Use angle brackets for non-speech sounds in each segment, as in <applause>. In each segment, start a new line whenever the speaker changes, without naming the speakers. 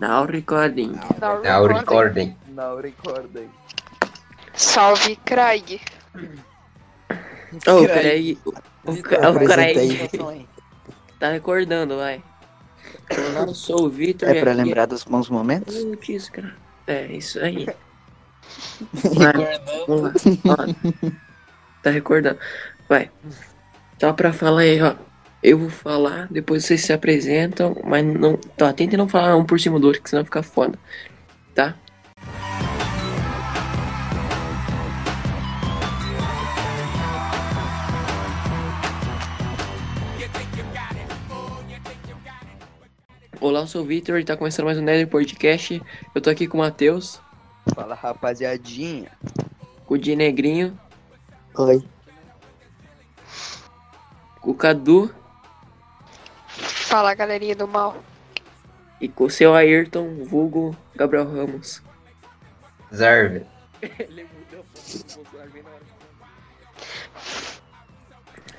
Now recording.
É
Now recording.
Now recording.
Salve, Craig.
Ô, o Craig. O, Ca- o Craig
É
tá recordando, vai. Olá, eu sou o Vitor. e
É pra
aqui
lembrar dos bons
é
momentos?
o Notícias, cara. É, isso aí. Vai, vamos lá. Ó, Tá recordando. Vai. Tá pra falar aí, ó. Eu vou falar, depois vocês se apresentam, mas não. Tá, tentem não falar um por cima do outro, que senão fica foda. Tá? Olá, eu sou o Vitor e tá começando mais um Nether Podcast. Eu tô aqui com o Matheus,
Fala rapaziadinha.
com o Di Negrinho,
Oi.
com o Cadu
Fala, galerinha do mal.
e com o seu Ayrton, vulgo Gabriel Ramos.
Zarve.
Ele mudou o Bolsonaro bem na hora.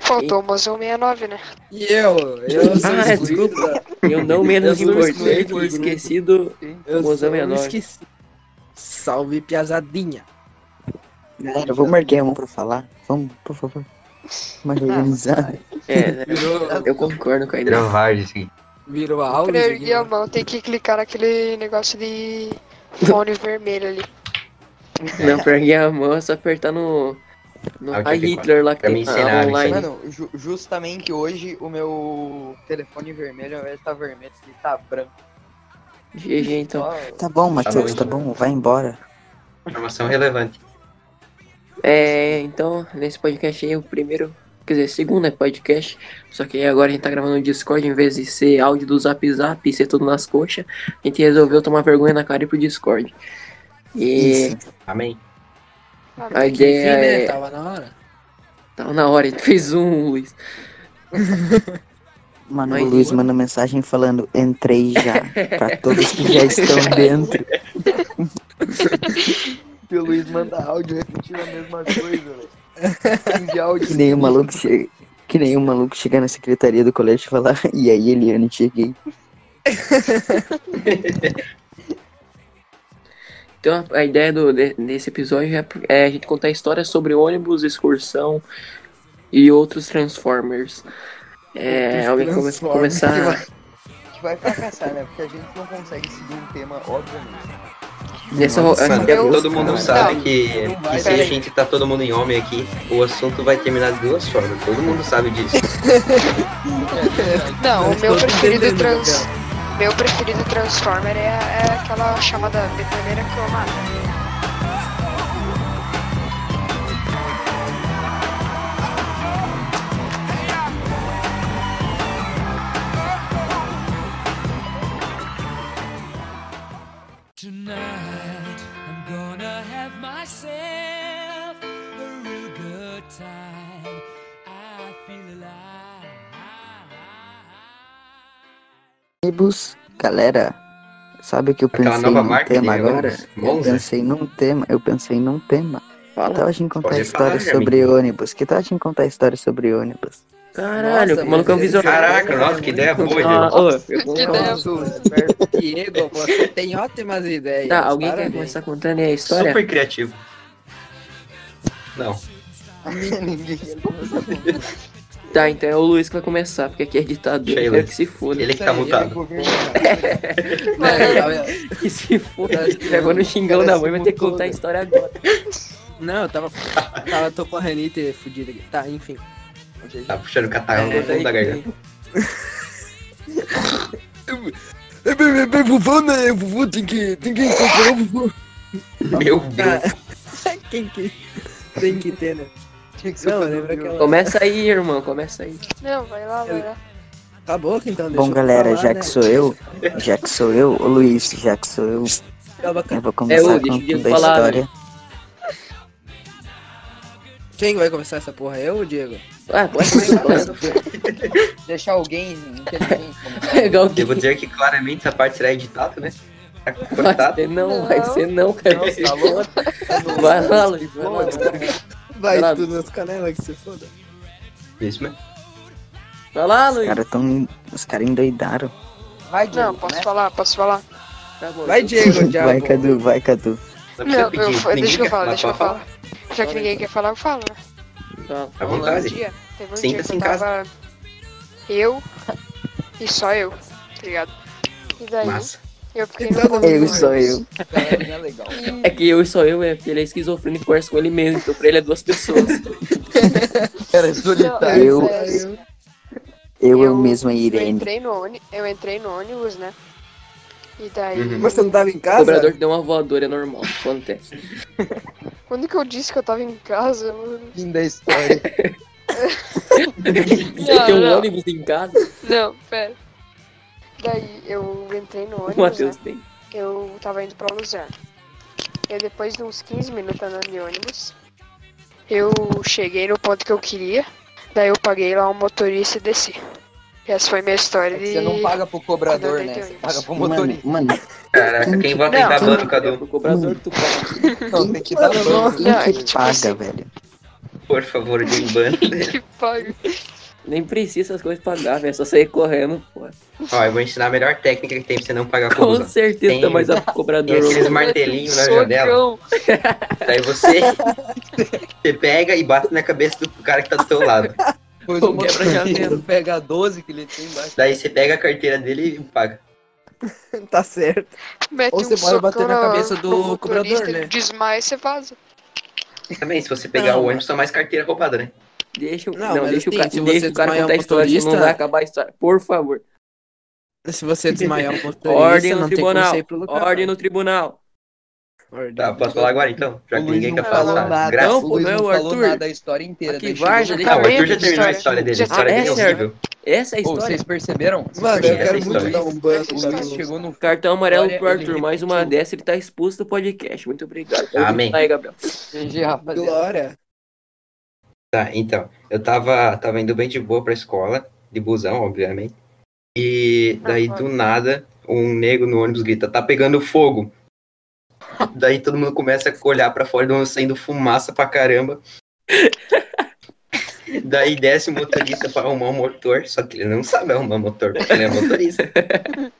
Faltou o Mozão 69, né?
E eu, eu sou
<laughs> Ah,
excluído
desculpa.
da-
Eu
<laughs>
não menos
Eu sou
importante,
excluído, né?
esquecido.
Eu
Mozão é
sou
menor.
esquecido. Salve, piazadinha.
Galera, vamos erguer a mão pra falar. Vamos, por favor. Mais organizado.
É, né?
Virou,
eu concordo com a ideia.
Gravar assim.
virou a aula?
Pra
isso
erguer
aqui,
a
né?
mão, tem que clicar naquele negócio de fone <laughs> vermelho ali.
Não, pra erguer a mão é só apertar no. no
Ah, o que
a
que
Hitler lá que
Pra me
tem
ensinar,
a
me
online.
Mano, ju- justamente hoje o meu telefone vermelho, ao invés de tá vermelho, ele tá branco.
GG então.
Ó, Tá bom,
Matheus,
Matheus,
tá
tá bom. Vai embora.
Informação relevante.
É, então, nesse podcast aí, o primeiro. Quer dizer, segundo é podcast. Só que agora a gente tá gravando no Discord, em vez de ser áudio do zap zap e ser tudo nas coxas, a gente resolveu tomar vergonha na cara e ir pro Discord. E
Isso.
Amém.
a
Enfim,
ideia é.
né? Tava na hora.
Tava na hora, ele fez um, Luiz.
Mano,
Mas-
o Luiz manda mensagem falando entrei já. pra todos que já estão
<laughs>
dentro.
Se o Luiz manda áudio repetindo a mesma coisa, velho. Tem de áudio.
Que nem o maluco chega. Que nem o maluco chegar na secretaria do colégio e falar, <laughs> e aí Eliane, cheguei.
Então a a ideia do, de- desse episódio é, é a gente contar histórias sobre ônibus, excursão e outros Transformers. É,
Outros
alguém come-
Transformers. <laughs>
começar
A gente vai fracassar, né? Porque a gente não consegue seguir um tema, obviamente.
nessa ro- é
Nossa,
essa-
eu-
todo mundo
Não,
sabe que, que se
peraí.
a gente tá todo mundo em homem aqui, o assunto vai terminar de duas formas. Todo mundo sabe
<laughs>
disso.
Não, o
Mas
meu
tô
preferido
entendendo,
trans... Meu preferido Transformer é, é aquela chamada betoneira cromada.
Tonight, I'm gonna have myself a real good time. I feel alive.
ônibus, galera, sabe o que eu
Aquela
pensei
nova
num
marca
tema
de
agora?
ônibus,
Eu
Monza.
pensei num tema, eu pensei num tema. Que
Fala.
tal a gente contar
Pode
história
falar, né,
sobre ônibus? Que tal a gente contar história sobre ônibus?
Caralho,
Nossa,
o maluco é um
mas-
visionário.
Caraca, nossa, que ideia boa,
Ah,
gente.
ô, eu vou
Que
falar.
ideia.
Diego, você tem ótimas ideias.
Tá, alguém quer
parabéns.
começar contando aí a história?
Super criativo. Não.
Ninguém
Tá, então é o Luiz que vai começar, porque aqui é ditador, eu
Sei,
quero
Luiz.
que se foda.
Ele que tá mutado.
<laughs>
<laughs>
Não,
Que se foda.
Parece que
Pegou no xingão da
parece
mãe, vai ter que
mutou,
contar a
né?
história agora.
não, eu tava, tava, tô com a renite fudida aqui. Tá, enfim.
Tá puxando o catarro no fundo da garganta.
Vovô, né? Vovô tem que, tem que encontrar o vovô.
Meu Deus.
Quem que tem que ter, né? Não, lembra aquela...
Começa aí, irmão, começa aí.
Não, vai lá, vai lá.
Tá bom, então. deixa
Bom,
eu
galera,
falar,
já
né?
que sou eu, já que sou eu, ô Luiz, já que sou eu,
Calma, calma.
eu vou
deixa
começar
o Diego
contando a
falar,
história.
Quem vai começar essa porra? Eu ou Diego?
Ah, pode <laughs> começar.
Deixar alguém inteligente.
É legal que
Eu vou dizer que claramente essa parte será editada, né? Tá
vai
cortado.
ser não,
Não.
vai ser não, cara.
Não, tá
<laughs>
louco?
Vai lá, Luiz, vai lá.
Vai
Ela-
tudo nas canelas que você foda.
Isso, né?
Vai lá,
Os
Luiz.
caras tão. Os caras endoidaram.
Vai, Diego.
Não,
né?
posso falar, posso falar.
Tá bom,
Vai,
então.
Diego, já.
<laughs> Vai, Cadu, vai, Cadu.
Não
Não,
precisa pedir.
eu, eu,
Ninguém
deixa que eu falo,
quer falar,
deixa que eu
pode
falo.
falar.
Já que ninguém quer falar, eu falo. né?
Tá,
À
vamos lá.
Um
vontade.
dia, teve um dia
Sinta-se
que eu
em casa.
tava eu e só eu, tá ligado? E daí
Massa.
eu fiquei
tá
Então,
no
Eu sou eu.
é legal.
É que eu e só eu, é porque ele é esquizofrênico, conversa com ele mesmo, então pra ele é duas pessoas.
<laughs>
Era solitário.
Eu- Eu, eu
Eu-
mesmo, a
Eu
Irene.
entrei, no ôni- eu entrei no ônibus, né? E daí.
Uhum.
Mas você não tava em
O
casa?
cobrador deu uma voadora, é normal, acontece.
<laughs>
Quando que eu disse que eu tava em casa? mano?
Fim da história.
Ele tem um
não.
ônibus em casa,
Não, pera. Daí eu entrei no
o
ônibus, né?
Matheus tem.
Eu tava indo pra Luzerna. E depois de uns 15 minutos andando de ônibus, eu cheguei no ponto que eu queria. Daí eu paguei lá um motorista e desci. E essa foi minha história de.
É Você não paga pro cobrador, né? Você
48.
paga pro
Mano,
motorista.
mano,
<laughs> Caraca, quem vota em
Tá
Não.
Cabano,
É
Cadu?
pro cobrador que tu paga.
Não, tem
Tá
que dar banco.
Não, é
quem
que,
que
tipo assim-
paga, velho?
Por favor, de
<laughs>
bando.
Que paga.
Nem precisa essas coisas pagar, velho, é só sair correndo, pô.
Ó, eu vou ensinar a melhor técnica que tem pra você não pagar
Com
confusão.
certeza
Tem-
tá mais a pro
Tem
cobrador.
é aqueles martelinhos na janela.
Socão.
Daí você, <laughs> você pega e bate na cabeça do cara que tá do teu lado.
Pois
Pô,
o
quebra já mesmo.
motorista pega a 12 que ele tem embaixo.
Daí você pega a carteira dele e paga.
Tá certo.
Mete
Ou
um
você pode bater
socão
na cabeça do
no motorista,
cobrador,
ele
né?
Desmaia e você vaza.
Também, se você pegar o ônibus, só mais carteira roubada, né?
Deixa, o-
Não,
não,
mas
deixa, o,
assim,
ca...
se
deixa
você
o cara
desmaiar
contar a
um
história, senão não
motorista-
vai acabar a história. Por favor.
Se você desmaiar um o motorista,
Ordem no
não tem como
tribunal.
sair pro lugar.
Ordem no tribunal.
Ordem.
Tá, posso falar agora então? Já que
O Luiz
ninguém
não
quer
falou
falar.
nada,
Graças.
Não,
o
pô,
Luiz
não é
não
o
falou
Arthur.
nada a história inteira.
Aqui,
deixa eu
Varja,
ver.
Ah, o
Acabei
Arthur já
a
terminou a
história.
história dele. A
Já
história
tá-
dele é
Ah, é, sério?
horrível.
Essa é a
Ô,
história.
vocês perceberam? Vocês
Mano, eu
perceberam?
quero
Essa
muito
história.
dar um banho.
O Luiz chegou no
Cartão amarelo
Olha,
pro
ele
Arthur. Mais uma
repetiu.
dessa, ele tá expulso do podcast. Muito obrigado. tá
Amém.
Aí, Gabriel.
GG, rapaziada.
Glória.
Tá, então. Eu tava, tava indo bem de boa pra escola, de busão, obviamente. E daí, do nada, um negro no ônibus grita, tá pegando fogo. Daí todo mundo começa a olhar pra fora do ônibus, saindo fumaça pra caramba. Daí desce o motorista pra arrumar o motor, só que ele não sabe arrumar motor, porque ele é motorista.
<laughs>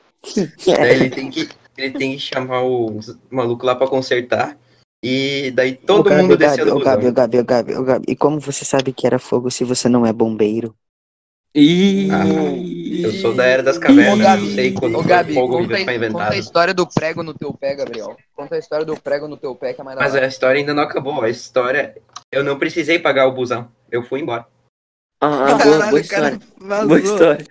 É.
Daí É, ele tem que, ele tem que chamar o maluco lá pra consertar. E daí todo
Ô, Gabi,
mundo desceu
Gabi,
do
ô, Gabi, ô,
busão.
Gabi, ô, Gabi, ô, Gabi. E como você sabe que era fogo se você não é bombeiro?
Ih,
Eu sou da era das cavernas,
Ô, Gabi,
não sei quando
Ô,
foi
Gabi,
fogo
conta,
já foi
aí- conta
inventado.
a história do prego no teu pé, Gabriel. Conta a história do prego no teu pé, que é mais da
Mas
hora.
a história ainda não acabou. A história. Eu não precisei pagar o busão. Eu fui embora.
Ah, boa,
Caralho,
boa
o cara tá
história.
vazou.
Boa história.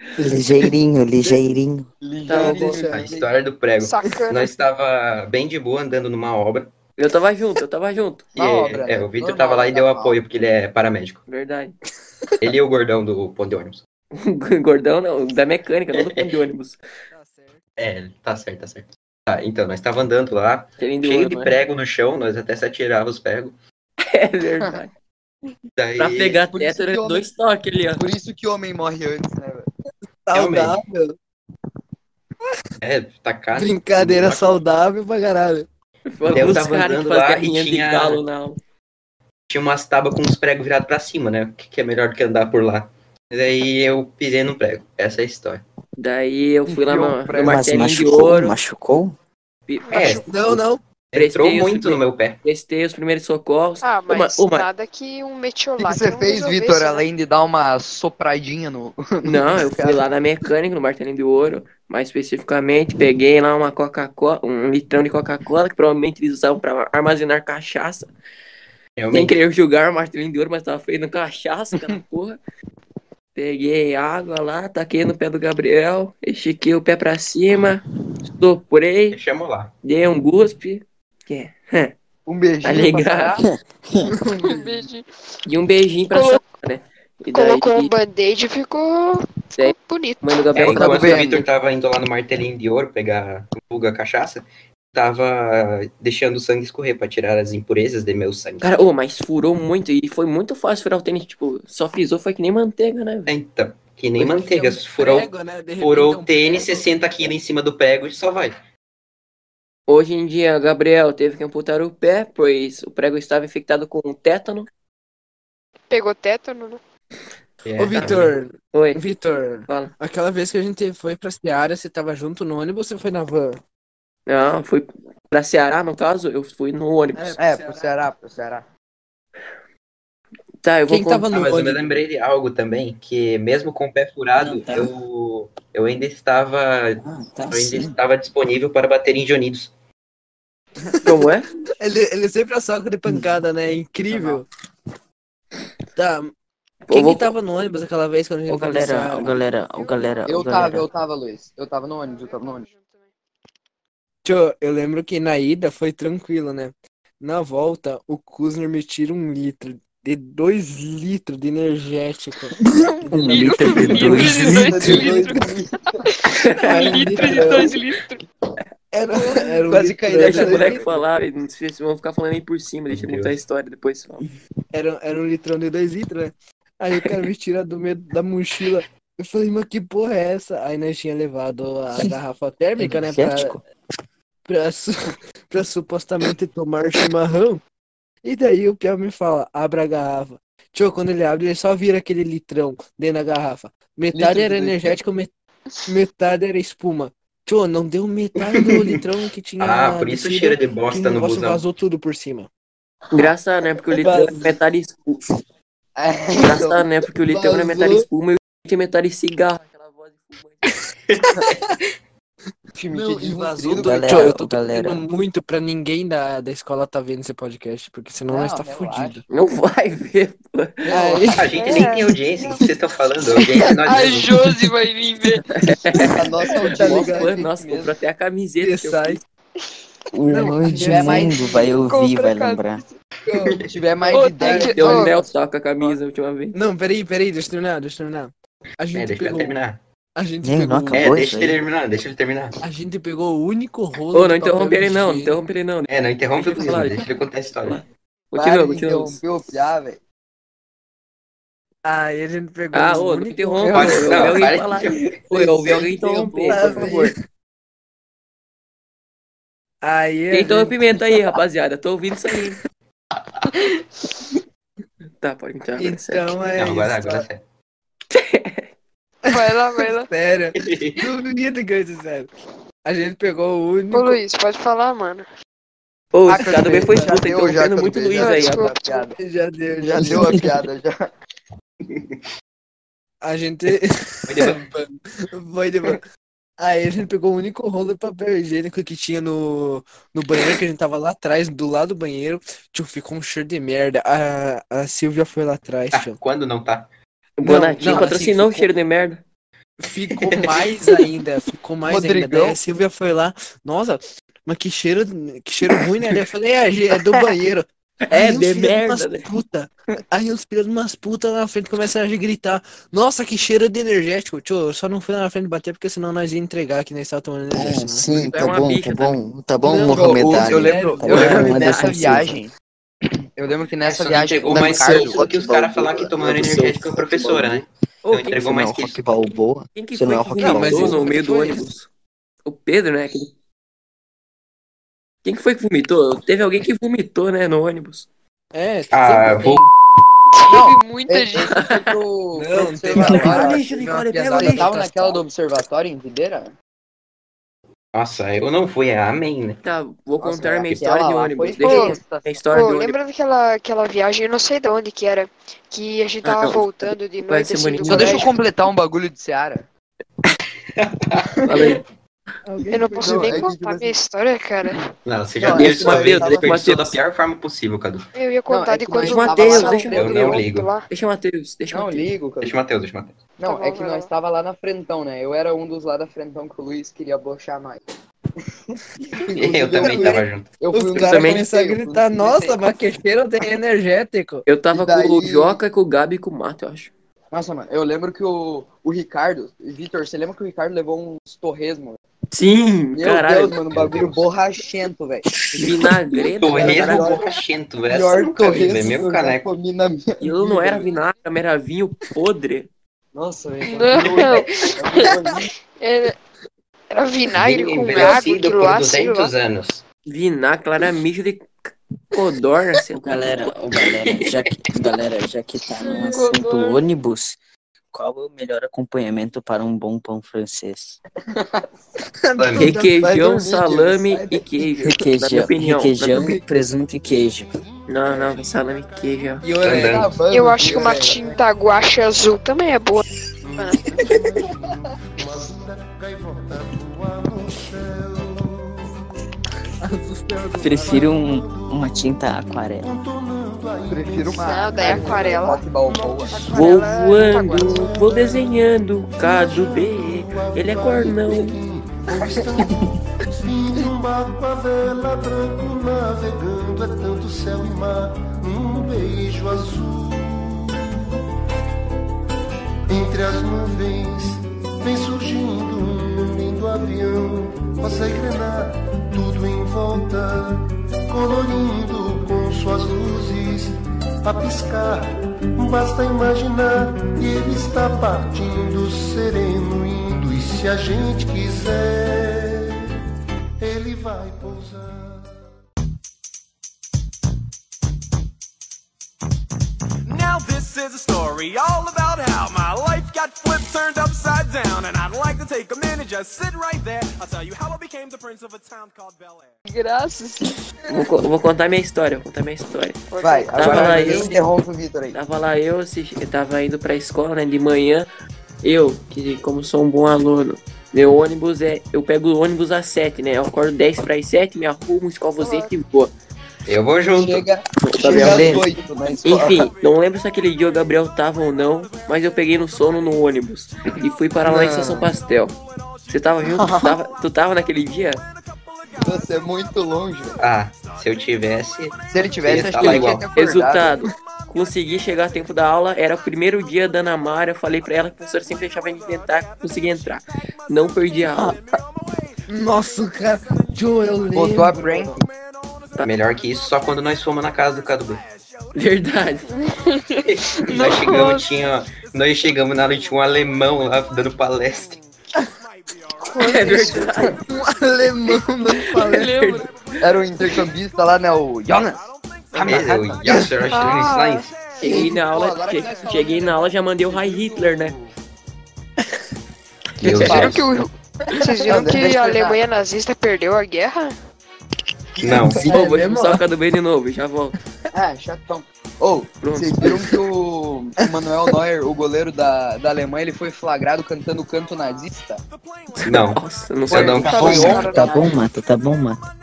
<laughs>
Ligeirinho, ligeirinho.
Tá,
Ligeiro,
boa.
A história do prego.
Sacana.
Nós estava bem de boa andando numa obra.
Eu tava junto, eu tava junto.
E,
Uma obra,
é,
né?
o Vitor
Normal,
tava lá e deu
normal.
apoio, porque ele
<laughs>
é paramédico.
Verdade. <laughs>
Ele e o gordão do ponto de ônibus.
Gordão não, da mecânica, não do ponto de ônibus.
É, tá certo, tá certo. Tá, então, nós estava andando lá,
Querendo
cheio
ouro,
de
né?
prego no chão, nós até se atirava os pregos.
<laughs> É verdade.
Daí,
Pra pegar
por isso
teto era
que eu-
dois toques ali, ó.
Por isso que homem morre antes, né, velho?
Saudável.
é,
Brincadeira
tacar. Brincadeira
saudável pra caralho.
Eu
Os
tava
caras que
andando
fazem
lá e
carrinha de
tinha-
galo na aula.
tinha umas tábuas com os pregos virados pra cima, né? O que, que é melhor do que andar por lá? Daí eu pisei num prego. Essa é a história.
Daí eu fui lá
Enfiou
no,
um
no
prego.
Mas
martelinho de
machucou,
ouro,
machucou?
pi-
É,
Não, não.
entrou
Prestei o
muito no meu pé.
prestei os primeiros socorros.
Ah,
Ô,
mas
ô, mas-
nada que um
O que que
metiolate
você
não
fez,
resolvesse,
Vitor,
né? <laughs>
além de dar uma sopradinha no.
<laughs> Não, eu fui lá na mecânica, no martelinho de ouro, mais especificamente, peguei lá uma Coca-Cola, um litrão de Coca-Cola, que provavelmente eles usavam pra armazenar cachaça. Nem
Realmente.
querer julgar o martelinho de ouro, mas tava feio no cachaça,
<laughs>
aquela porra. Peguei água lá, taquei no pé do Gabriel, estiquei o pé pra cima, soprei,
Chamou lá.
dei um guspe
Um beijinho.
Tá ligado?
pra-
Um beijo.
e um beijinho pra
Colo-
Sara, né? E daí,
Colocou um band-aid e ficou, ficou
É.
bonito.
mãe do
É,
Gabriel tava
enquanto o Vitor tava indo lá no martelinho de ouro pegar vulga cachaça, tava deixando o sangue escorrer pra tirar as impurezas de meu sangue.
Cara, ô, mas furou muito e foi muito fácil furar o tênis. Tipo, só frisou, foi que nem manteiga, né? velho?
É, Então, que nem
É
manteiga.
um
Furou,
né?
furou o tênis, 60 quilos em cima do prego e só vai.
Hoje em dia, Gabriel teve que amputar o pé, pois o prego estava infectado com um tétano.
Pegou tétano, né?
É,
Ô, Vitor,
Oi,
Vitor,
fala.
aquela vez que a gente foi pra Seara, você tava junto no ônibus ou você foi na van?
Não, fui pra Ceará, no caso, eu fui no ônibus.
É, pro Ceará, pro Ceará.
Tá, eu vou
Quem tava no
contar.
Ah, mas eu me
ônibus?
lembrei de algo também, que mesmo com o pé furado, eu, eu ainda estava.
Ah, tá
Eu ainda
sim.
estava disponível para bater em Jonidos.
Como é?
Ele, ele sempre a soca de pancada, né? Incrível. Tá,
Eu
<laughs> quem
vou-
que tava no ônibus aquela vez quando a gente
Ô
foi pra
galera,
Seara?
ô galera, ô galera, ô
Eu tava,
galera.
eu tava, Luiz. Eu tava no ônibus, eu tava no ônibus.
Tio, eu lembro que na ida foi tranquilo, né? Na volta, o Kuzner me tira um litro de dois litros de energético.
Um litro de
<laughs>
dois litros.
Era um
litro de
litrão.
dois litros.
Era, era um
Quase caí
litrão,
<laughs> Deixa o
era,
moleque falar, e não sei se vão ficar falando aí por cima, deixa ele
Meu
contar a história depois. fala.
era, era um litrão de dois litros, né? Aí o cara me tira do meio da mochila. Eu falei, mas que porra é essa? Aí nós tinha levado a garrafa térmica, né? Pra,
Energético?
pra, su- <laughs> pra supostamente tomar chimarrão. E daí o Piau me fala, abra a garrafa. Tio, quando ele abre, ele só vira aquele litrão dentro da garrafa. Metade
Litro
era
de leite.
energético, met- metade era espuma. Tio, não deu metade
<laughs>
do litrão que tinha.
Ah, por isso
descido,
cheira de
que o
bosta no
negócio
busão.
vazou tudo por cima.
Engraçado, né? Porque o litrão é metade espuma.
É,
Engraçado,
então,
né? Porque o litrão é metade
Vazou.
espuma e o leite é metade cigarro. Aquela voz de fumante.
Time
Não,
que
e vazou
desnutrido,
tudo.
galera,
Tio, eu tô
galera.
pedindo muito pra ninguém da, da escola tá vendo esse podcast, porque senão
Não,
nós tá
relaxa.
fudido.
Não vai ver, pô.
Aí, <laughs>
A gente nem tem audiência, o que vocês estão falando? Audiência, nós
A
mesmos.
Josi vai vir ver.
A nossa
Tá
Mó
ligado,
fã,
audiência.
nossa,
mesmo.
comprou até a camiseta.
ele
que eu
sai.
fiz.
O nome de
tiver é mais
mundo vai ouvir,
Compra
vai
a camisa.
lembrar.
Se tiver mais
Ô,
de 10
tem que-
Deu
Ô.
é o Nel toca a camisa a última vez.
Não, peraí, peraí, deixa eu terminar, deixa eu terminar. A
É,
gente
deixa ele
pegou.
terminar.
A gente
Gente,
pegou.
não acabou.
É,
Acabou
deixa
isso aí.
ele terminar, deixa ele terminar.
A gente pegou o único rolo.
Ô,
de
não
papel
interrompe ele não, não
higiênico.
interrompe ele não.
É, não interrompe o
Claro.
Bruno, deixa ele contar a história.
Continua,
Para de
continua.
interromper o piá, velho.
Aí a gente pegou.
Ah,
o
ô, não
único
interrompa.
rolo-
Eu ouvi
Não,
alguém
para
falar.
de-
Ô, Eu ouvi alguém interromper,
Lá
por
vem.
favor.
Aí. a
Tem
gente-
interrompimento aí, rapaziada. Tô ouvindo isso aí. Tá, pode continuar. agora, sério.
Então é.
Não, agora,
isso,
agora é sério.
Vai lá, vai lá.
Sério. <laughs> Duvido que eu disse sério. A gente pegou o
Ô,
único.
Luiz, pode falar, mano.
Ô,
Ah,
esse cara também foi
já
expulso, tá
deu, já
interrompendo muito o Luiz
acabei, já
aí.
deu
ó.
a piada.
Já deu, já
Já
deu.
deu a piada, já.
A gente. <laughs>
Foi de-
Foi de boa. Aí a gente pegou o único rolo de papel higiênico que tinha no, no banheiro, que a gente tava lá atrás, do lado do banheiro. Tio, ficou um cheiro de merda. A, a Silvia foi lá atrás,
Ah,
tio.
Quando não tá?
O Bonatinho
não,
patrocinou o
assim,
cheiro de merda.
Ficou mais ainda, ficou mais ainda.
Rodrigão.
Daí a Silvia foi lá, nossa, mas que cheiro, que cheiro ruim, né? Daí Eu falei, é, gente, é do
<laughs>
banheiro.
É,
Aí uns
de
filhos de
merda,
umas
né?
puta, aí os filhos de umas putas lá na frente começaram a gritar, nossa, que cheiro de energético. Tio, eu só não fui lá na frente bater, porque senão nós ia entregar que nós estávamos tomando
Ah,
energético. né?
sim,
É
tá
uma
bom,
bicha
tá bom. Tá bom,
Não,
Mohamed
eu-
Ali.
eu lembro-
Tá
eu
bom,
lembro
uma
dessa
defensiva.
viagem. Eu lembro que
Só
nessa
não
viagem.
entregou
o
mais
Ricardo-
cedo do que os caras falaram que tomaram energético com a professora, né?
Ô,
Então
quem-
entregou mais que isso.
Rock Balboa.
Quem que
Você
foi
não é
que
rock
and roll.
vomitou no meio do
Foi.
um, ônibus? O Pedro, né? Aquele- Quem que foi que vomitou? Teve alguém que vomitou, né, no ônibus.
É,
Ah,
sempre
vou.
Teve muita
Ei,
gente.
eu fui pro- pro
Não,
observatório,
tem-
eu
lixo,
tive
Nicole,
uma
pega o
piazada.
lixo.
Tava naquela do observatório em Videira?
Nossa, eu não fui, é amém, né?
Tá, vou
Nossa,
contar minha
aquela
história de
lá
ônibus.
foi
Deixa eu
tensa.
contar minha história
Pô,
é, de ônibus.
lembra daquela aquela viagem, eu não sei de onde que era, que a gente
Ah,
tava
não.
voltando de
Vai
noite, assim,
ser
do
bonitinho.
Só deixa eu
colégio.
completar um bagulho de Seara.
Fala aí.
Eu não posso
Não, é
nem
que, tipo
contar
assim-
minha história, cara.
Não, você já
Não,
teve
esse
sua vez
Matheus,
desperdiçou da
Matheus.
pior forma possível, Cadu.
Eu ia contar
é
de
que
quando
nós
eu
tava
Mateus,
lá-
deixa
Eu não ligo.
Lá.
Deixa o Matheus, deixa o
Não,
Matheus.
ligo, cara.
Deixa o Matheus, deixa o Matheus.
Tá
Não,
bom,
é que
vai
nós
lá.
tava lá na frentão, né? Eu era um dos lá da frentão que o Luiz queria bochar mais.
Eu também tava junto.
Eu
Os
um dos
caras
que
começaram a
eu fui um
gritar,
dos que
nossa,
comecei.
mas que cheiro de energético.
Eu tava
E daí-
com o Joca, com o Gabi e com o Mato, eu acho.
Nossa, mano, eu lembro que o, o Ricardo, Vitor, você lembra que o Ricardo levou uns torresmo?
Sim,
Meu
caralho.
Deus, mano, um bagulho
Deus.
borrachento, velho. <laughs>
Vinagreta.
Torresmo
caralho.
borrachento, essa eu
Pior
nunca vi, velho.
torresmo que
Meu
eu já
caneco.
comi na minha
Aquilo não
vida,
era
velho.
vinagre, era vinho podre.
Nossa, velho.
Não, era, <laughs> era vinagre
Vim
com água,
envelhecido
aquilo
por
lá, sei lá.
200 anos.
Vinagre, claro, era mijo de codorna. assim, sei
Ô
lá.
galera, ô galera, já que, galera, já que tá no assunto
Godor.
ônibus, Qual é o melhor acompanhamento para um bom pão francês?
Requeijão, salame e queijo. Na minha
Requeijão,
opinião.
requeijão presunto e queijo.
Não, não, salame e queijo.
E orelha.
Eu acho que uma tinta guache azul também é boa.
Prefiro um- uma tinta aquarela.
Prefiro uma.
Não, daí é aquarela.
Rock Balboa.
Vou
Aquarela
tá
é
voando,
tinta guache.
vou desenhando. Cadu B, ele é cornão.
um Entre as nuvens vem surgindo um lindo avião. Passa a engrenar tudo em volta, colorindo com suas luzes a piscar. Basta imaginar e ele está partindo, sereno, indo. E se a gente quiser, ele vai pousar.
Now this is a story all about how my life got flipped, turned upside down, and I'd like to take a minute, just sit right there. I'll tell you how I became the prince of a town called Bel Air.
Graças.
Vou, co- vou contar minha história, vou contar minha história.
Vai,
lá,
agora eu
eu-
interrompo o Vitor aí.
Tava lá eu, assisti- eu tava indo pra escola, né, de manhã. Eu, que como sou um bom aluno, meu ônibus é. Eu pego o ônibus às 7, né? Eu acordo 10 para as 7, me arrumo, escovo os dentes e vou.
Eu vou junto.
Chega,
Tá
chega
vendo?
às oito na escola.
Enfim, não lembro se aquele dia o Gabriel tava ou não, mas eu peguei no sono no ônibus e fui para lá em Estação Pastel. Você
<laughs>
tava junto? Tu tava, tu tava naquele dia?
Você é muito longe. velho.
Ah, se eu tivesse.
Se ele tivesse,
Ia
acho
tá
que
lá
ele tinha
igual.
que acordar.
Resultado. Consegui chegar a tempo da aula, era o primeiro dia da Ana Mara, eu falei pra ela que o professor sempre deixava a gente tentar, consegui entrar. Não perdi a aula.
Ah.
Nossa, cara. Joe, eu lembro.
Botou a Brain.
Melhor que isso, só quando nós fomos na casa do Cadu B.
<laughs>
Verdade.
Nós chegamos, tinha. Nós chegamos na noite, tinha um alemão lá dando palestra.
É verdade. É
Um alemão
<laughs>
não falei. Era o intercambista lá, né? O Jonas.
Eu, Yasser, eu acho que isso lá isso.
Cheguei na aula,
Pô, agora que
che-
nós falamos
cheguei na aula já mandei o High Hitler, né?
Meu
Viram
Deus.
que o- Vocês viram
Não, deixa eu
que
terminar.
a Alemanha nazista perdeu a guerra?
Não,
É
Pô, vou expulsar o Cadu B de novo, já volto.
Ah, chatão. Ou,
Pronto.
vocês viram que o, o Manuel Neuer, o goleiro da, da Alemanha, ele foi flagrado cantando canto nazista?
não.
Nossa, não
Você
sei
não
não.
tá
Foi ontem.
Tá bom, mata, tá bom, mata.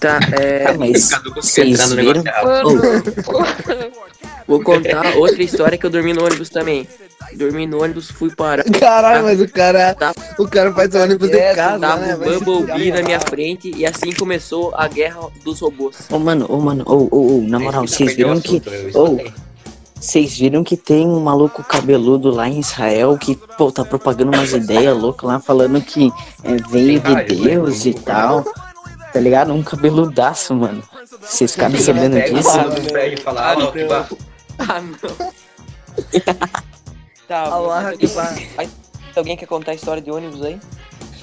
Tá, é,
Ah, mas
Cadu conseguiu
vocês
entrar no
viram?
negócio errado.
Mano,
vou contar outra história que eu dormi no ônibus também. Dormi no ônibus, fui parar.
Caralho, mas o cara.
Tá.
O cara faz o ônibus de
Quieto,
casa,
Tava
um
né?
o
Vai se
Bumblebee
fuder.
na minha frente e assim começou a guerra dos robôs.
Ô, mano, ô, mano, ô, ô, ô, na moral, vocês viram que Oh, Ou, vocês viram que tem um maluco cabeludo lá em Israel que, pô, tá propagando umas ideias loucas lá, falando que é, veio de Deus e tal. Tá ligado? Um cabeludaço, mano. Vocês ficaram sabendo disso?
<laughs> Ah, não. <laughs> tá,
Allah
mas alguém, aí, alguém quer contar a história de ônibus aí?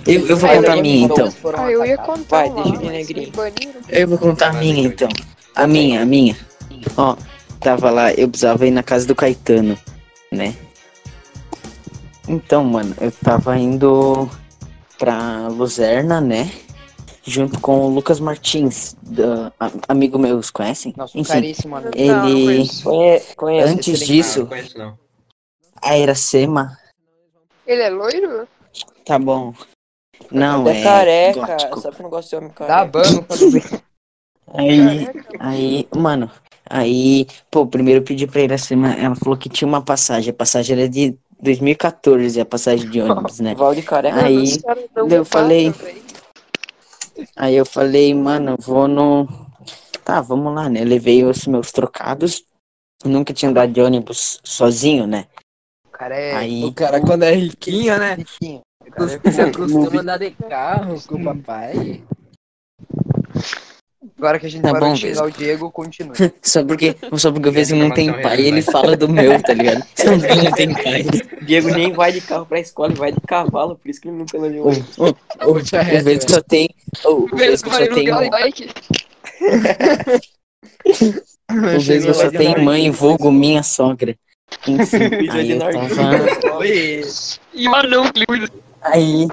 Eu, eu vou contar a minha, então.
Foram
ah, eu ia
atacados.
contar
Vai,
uma
deixa
lá, mas
o
me
Vinegrinho.
baniram.
Eu vou contar a minha, então. A minha, a minha. Ó, tava lá, eu precisava ir na casa do Caetano, né? Então, mano, eu tava indo pra Luzerna, né? Junto com o Lucas Martins, da- a- amigo meu, vocês conhecem?
Nossa, um
Enfim,
caríssimo amigo.
Ele-
Não, não conheço.
Conhe- Conhece.
antes
esse link,
Isso. Ah, Não
disso,
conheço, não.
a Iracema.
Ele é loiro?
Tá bom. Não,
é,
é.
careca,
gótico.
sabe que eu não gosto de homem
Dá
careca.
bano pra tu ver.
Aí, Aí, mano, aí, pô, primeiro eu pedi pra ele assim, mas ela falou que tinha uma passagem, a passagem era de 2014, a passagem de
<laughs>
ônibus, né?
Val de careca.
Ah, Aí,
os caras não
eu
pagam,
falei-
velho.
Aí eu falei, mano, vou no. Tá, vamos lá, né? Levei os meus trocados. Nunca tinha andado de ônibus sozinho, né?
O cara é
né?
Aí,
O cara, quando é riquinho, né?
riquinho. O cara é
Se acostuma a andar de carro
Hum.
com o papai.
Agora que a gente
Tá
parou
bom
de xingar o Diego, continua.
só porque, só porque o vizinho não tem
Informação
pai, ele
relevante.
fala do meu, tá ligado? Só porque não tem pai.
Diego nem vai de carro pra escola, ele vai de cavalo, por isso que ele nunca andou de
O,
ônibus.
o, o, o Vesgo só tem. O, o Vesgo só tem.
Não, bike.
né?
O Vesgo só tem mãe, vulgo, minha sogra.
<laughs>
Enfim, aí eu tava...
E o anão que ele usa.
Aí...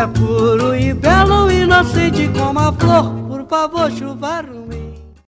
é puro e belo, inocente como a flor. Por favor, chuva ruim.